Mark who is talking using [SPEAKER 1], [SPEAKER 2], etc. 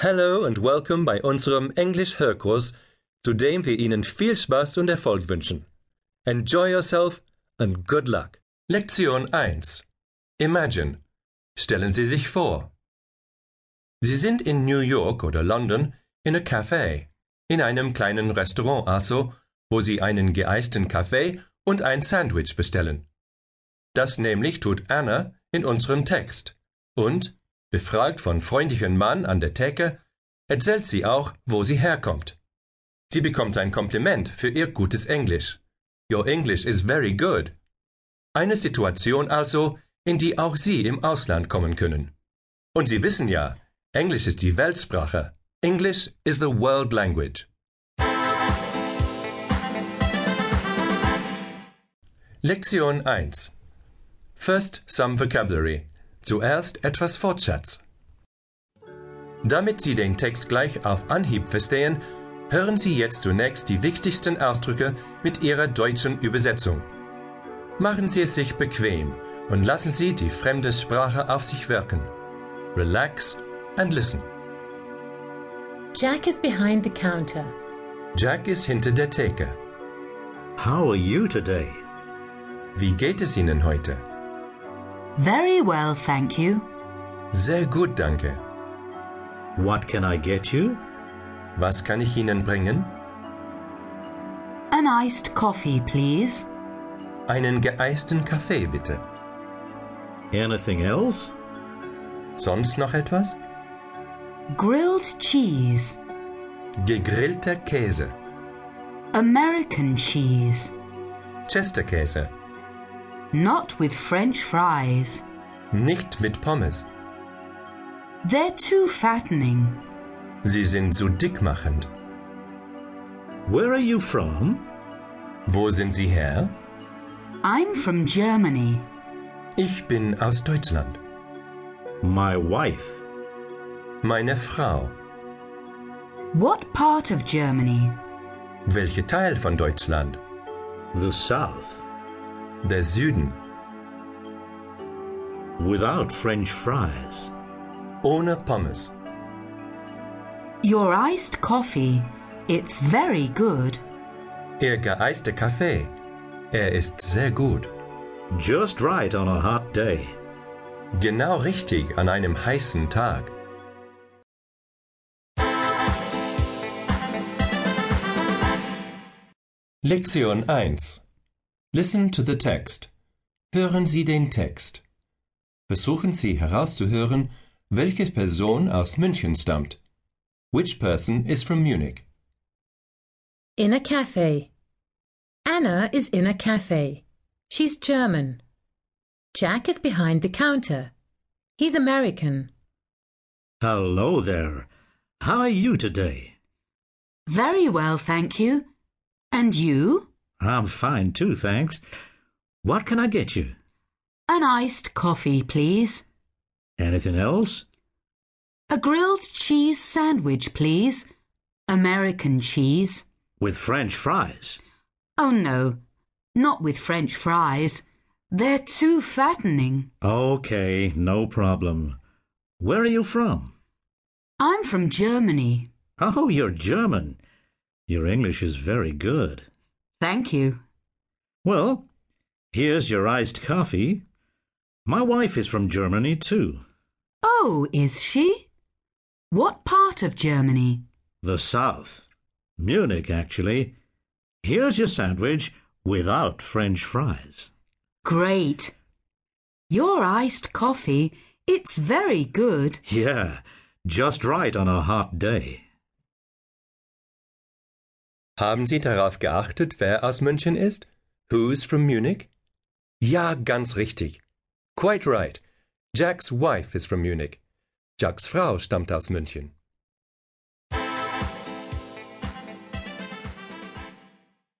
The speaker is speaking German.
[SPEAKER 1] Hello und willkommen bei unserem Englisch-Hörkurs, zu dem wir Ihnen viel Spaß und Erfolg wünschen. Enjoy yourself and good luck. Lektion 1. Imagine. Stellen Sie sich vor. Sie sind in New York oder London in a Café, in einem kleinen Restaurant also, wo Sie einen geeisten Kaffee und ein Sandwich bestellen. Das nämlich tut Anna in unserem Text. Und, befragt von freundlichen Mann an der Theke, erzählt sie auch, wo sie herkommt. Sie bekommt ein Kompliment für ihr gutes Englisch. Your English is very good. Eine Situation also, in die auch Sie im Ausland kommen können. Und Sie wissen ja, Englisch ist die Weltsprache. English is the world language. Lektion 1 First some vocabulary. Zuerst etwas Wortschatz. Damit Sie den Text gleich auf Anhieb verstehen, hören Sie jetzt zunächst die wichtigsten Ausdrücke mit Ihrer deutschen Übersetzung. Machen Sie es sich bequem und lassen Sie die fremde Sprache auf sich wirken. Relax and listen.
[SPEAKER 2] Jack is behind the counter.
[SPEAKER 1] Jack ist hinter der Theke.
[SPEAKER 3] How are you today?
[SPEAKER 1] Wie geht es Ihnen heute?
[SPEAKER 2] Very well, thank you.
[SPEAKER 1] Sehr gut, danke.
[SPEAKER 3] What can I get you?
[SPEAKER 1] Was kann ich Ihnen bringen?
[SPEAKER 2] An iced coffee, please.
[SPEAKER 1] Einen geeisten Kaffee bitte.
[SPEAKER 3] Anything else?
[SPEAKER 1] Sonst noch etwas?
[SPEAKER 2] Grilled cheese.
[SPEAKER 1] Gegrillter Käse,
[SPEAKER 2] American cheese.
[SPEAKER 1] Chesterkäse,
[SPEAKER 2] Not with French fries.
[SPEAKER 1] nicht mit Pommes.
[SPEAKER 2] They're too fattening.
[SPEAKER 1] Sie sind so dickmachend.
[SPEAKER 3] Where are you from?
[SPEAKER 1] Wo sind Sie her?
[SPEAKER 2] I'm from Germany.
[SPEAKER 1] Ich bin aus Deutschland.
[SPEAKER 3] My wife.
[SPEAKER 1] Meine Frau.
[SPEAKER 2] What part of Germany?
[SPEAKER 1] Welcher Teil von Deutschland?
[SPEAKER 3] The South.
[SPEAKER 1] Der Süden.
[SPEAKER 3] Without French fries.
[SPEAKER 1] Ohne Pommes.
[SPEAKER 2] Your iced coffee. It's very good.
[SPEAKER 1] Ihr geeister Kaffee. Er ist sehr gut.
[SPEAKER 3] Just right on a hot day.
[SPEAKER 1] Genau richtig an einem heißen Tag. Lektion 1 Listen to the text. Hören Sie den Text. Versuchen Sie herauszuhören, welche Person aus München stammt. Which person is from Munich?
[SPEAKER 4] In a cafe. Anna is in a cafe. She's German. Jack is behind the counter. He's American.
[SPEAKER 3] Hello there. How are you today?
[SPEAKER 2] Very well, thank you. And you?
[SPEAKER 3] I'm fine too, thanks. What can I get you?
[SPEAKER 2] An iced coffee, please.
[SPEAKER 3] Anything else?
[SPEAKER 2] A grilled cheese sandwich, please. American cheese.
[SPEAKER 3] With French fries.
[SPEAKER 2] Oh no, not with French fries. They're too fattening.
[SPEAKER 3] Okay, no problem. Where are you from?
[SPEAKER 2] I'm from Germany.
[SPEAKER 3] Oh, you're German. Your English is very good.
[SPEAKER 2] Thank you.
[SPEAKER 3] Well, here's your iced coffee. My wife is from Germany, too.
[SPEAKER 2] Oh, is she? What part of Germany?
[SPEAKER 3] The South. Munich, actually. Here's your sandwich without French fries.
[SPEAKER 2] Great. Your iced coffee, it's very good.
[SPEAKER 3] Yeah, just right on a hot day.
[SPEAKER 1] Haben Sie darauf geachtet, wer aus München ist? Who's from Munich? Ja, ganz richtig. Quite right. Jacks wife is from Munich. Jacks Frau stammt aus München.